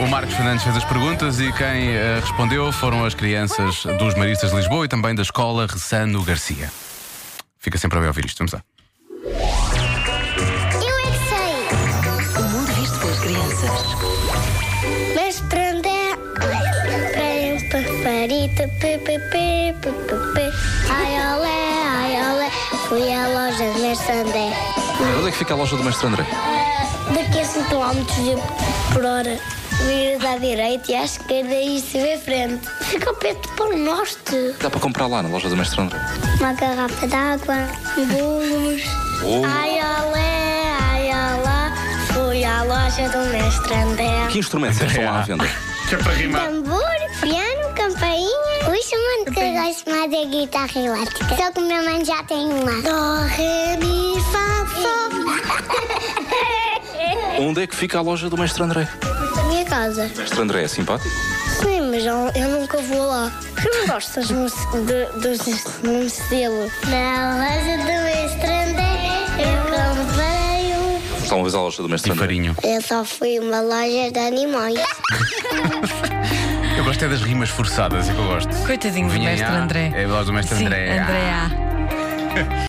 O Marcos Fernandes fez as perguntas e quem eh, respondeu foram as crianças dos Maristas de Lisboa e também da escola Ressano Garcia. Fica sempre a bem ouvir isto, vamos lá. Eu é que sei, O mundo visto pelas crianças. mas prender Prende um paparito, pepepe, pepepe Ai olé, ai olé, fui à loja de Merchandé Onde é que fica a loja do Mestre André? Ah, Daqui a 5 km por hora Vira à direita e à esquerda e se vê frente Fica perto do Polo Norte Dá para comprar lá na loja do Mestre André. um Uma garrafa d'água, bolos Bolos. Ai olé, ai olá, fui à loja do Mestre André Que instrumentos é que estão lá à venda? Que é para rimar. Tambor, piano, campainha. O instrumento que eu gosto mais é guitarra elétrica. Só que o meu mãe já tem uma. Dó, ré, mi, fá, sol. Onde é que fica a loja do Mestre André? Da minha casa. Mestre André é simpático? Sim, mas eu, eu nunca vou lá. Porque eu não gosto das mus- de- dos instrumentos dele. Na loja do estrangeiro, eu comprei um Estão a ver a loja do Mestre E André. farinho. Eu só fui uma loja de animais. Eu gosto é das rimas forçadas, é que eu gosto. Coitadinho do Vinha mestre A, André. É a voz do mestre Sim, André. André A.